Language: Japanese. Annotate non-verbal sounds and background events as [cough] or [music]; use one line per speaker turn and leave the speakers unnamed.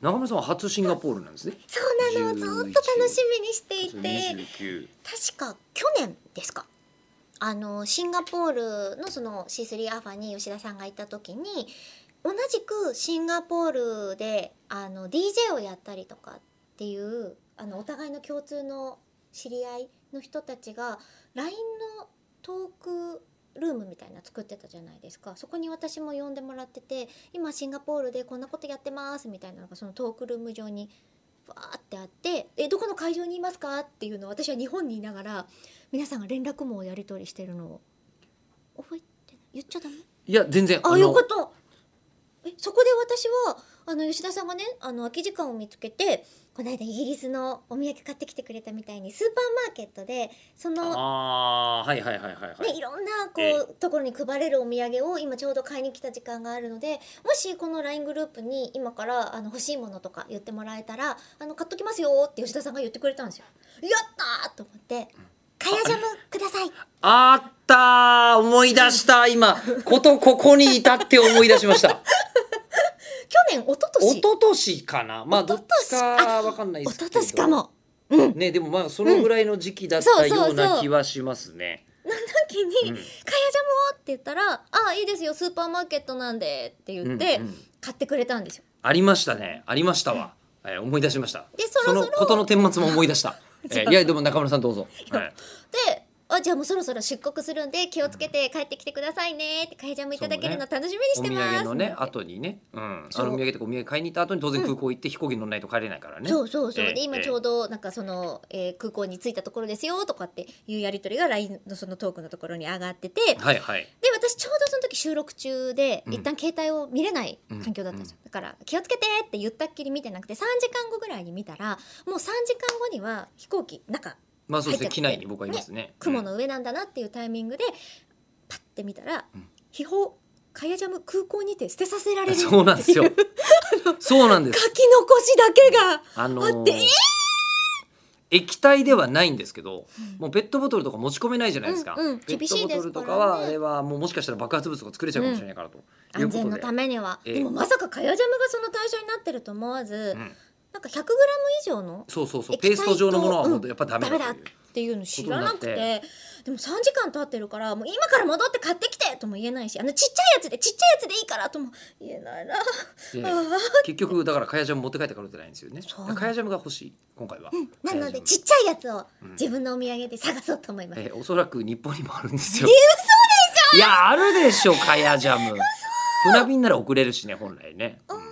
中村さんは初シンガポールなんですね。
そうなのずっと
11
楽しみにしていて
29
確か去年ですかあのシンガポールのその C3 アファに吉田さんが行った時に同じくシンガポールであの DJ をやったりとかっていうあのお互いの共通の知り合いの人たちが LINE のトークルームみたいなの作ってたじゃないですかそこに私も呼んでもらってて今シンガポールでこんなことやってますみたいなのがそのトークルーム上にバーってあって「えどこの会場にいますか?」っていうのを私は日本にいながら皆さんが連絡網をやり取りしてるのを覚えてない言っちゃダメ
いや全然
あよか
の
ったえそこで私はあの吉田さんがねあの空き時間を見つけてこの間イギリスのお土産買ってきてくれたみたいにスーパーマーケットでその
あーはいはいはいはいはい。
ね、いろんなこ
え
うところに配れるお土産を今ちょうど買いに来た時間があるのでもしこの LINE グループに今からあの欲しいものとか言ってもらえたらあの買っときますよって吉田さんが言ってくれたんですよ。やったーと思って「かやジャムください」
あったー思い出した今ことここに至って思い出しま
[laughs]
した。
去年一昨
一
年
昨年かなまあど
一
っ
昨
ち
年
かわかんない
一
ですけ
昨
ど。
年かも。うん、
ねでもまあそのぐらいの時期だった
うんそうそう
よ
そうう
な気はしますね。
時に
う
「かやジャ
ん
ムを!」って言ったら「ああいいですよスーパーマーケットなんで」って言って
うんうん
買ってくれたんですよ。
ありましたねありましたわ。えー思い出しました。
でそろそ
の
ろ
ことの顛末も思い出
[laughs]
した。えーいやでも中村さんどうぞ。はい
であじゃあもうそろそろ出国するんで気をつけて帰ってきてくださいねってかえちゃんもいただけるの楽しみにし
お
て
土
ます、
産のね後にね、うん、あ
そう
のお土産とかお土産買いに行った後に当然空港行って飛行機乗らないと帰れないからね。
そうそうそう、
ええ
で今ちょうどなんかその、えー空港に着いたところですよとかっていうやり取りが LINE のそのトークのところに上がってて、
はいはい。
で私ちょうどその時収録中で、
うん
一旦携帯を見れない環境だったんですよ、だから気をつけてって言ったっきり見てなくて3時間後ぐらいに見たらもう3時間後には飛行機中
まあそうですね機
入っちゃって
内に僕はいますね。
雲の上なんだなっていうタイミングでパッて見たら
うん
「秘宝かやジャム空港にて捨てさせら
う
れ
ん
る」
そうなんですよ
[laughs] っていう。
そうなんです。
書き残しだけが
あの
待
ー
ってえ
液体ではないんですけど、もうペットボトルとか持ち込めないじゃないですか。
うんうん
ペッ
厳
ト
し
ボ
いで
ト
す
ルと
か
から
ね
はあれはもうもしかしたら爆発物が作れちゃうかもしれないからと。いう
安
ことで
全のためには
ええ
でもまさかかやジャムがその対象になってると思わず
うん
なんか 100g 以上の
そうそうそう
液体
ペースト状のものは
と
本当やっぱダメだという。
ダメだっていうの知らなく
こと
て
にな
でも3時間経ってるからもう今から戻って買ってきてとも言えないしあのちっちゃいやつでちっちゃいやつでいいからとも言えないな、
で
ああ
[laughs] 結局だからカヤジャム持って帰ってから売ってないんですよね
そうな。の
カヤジャムが欲しい今回は。
なのでち
ち
っちゃいやつを自分のお土産で探そうと思います、
えーおそらく日本にもあるんですよ。いやあるでしょカヤジャム。船便なら送れるしね本来ね。うん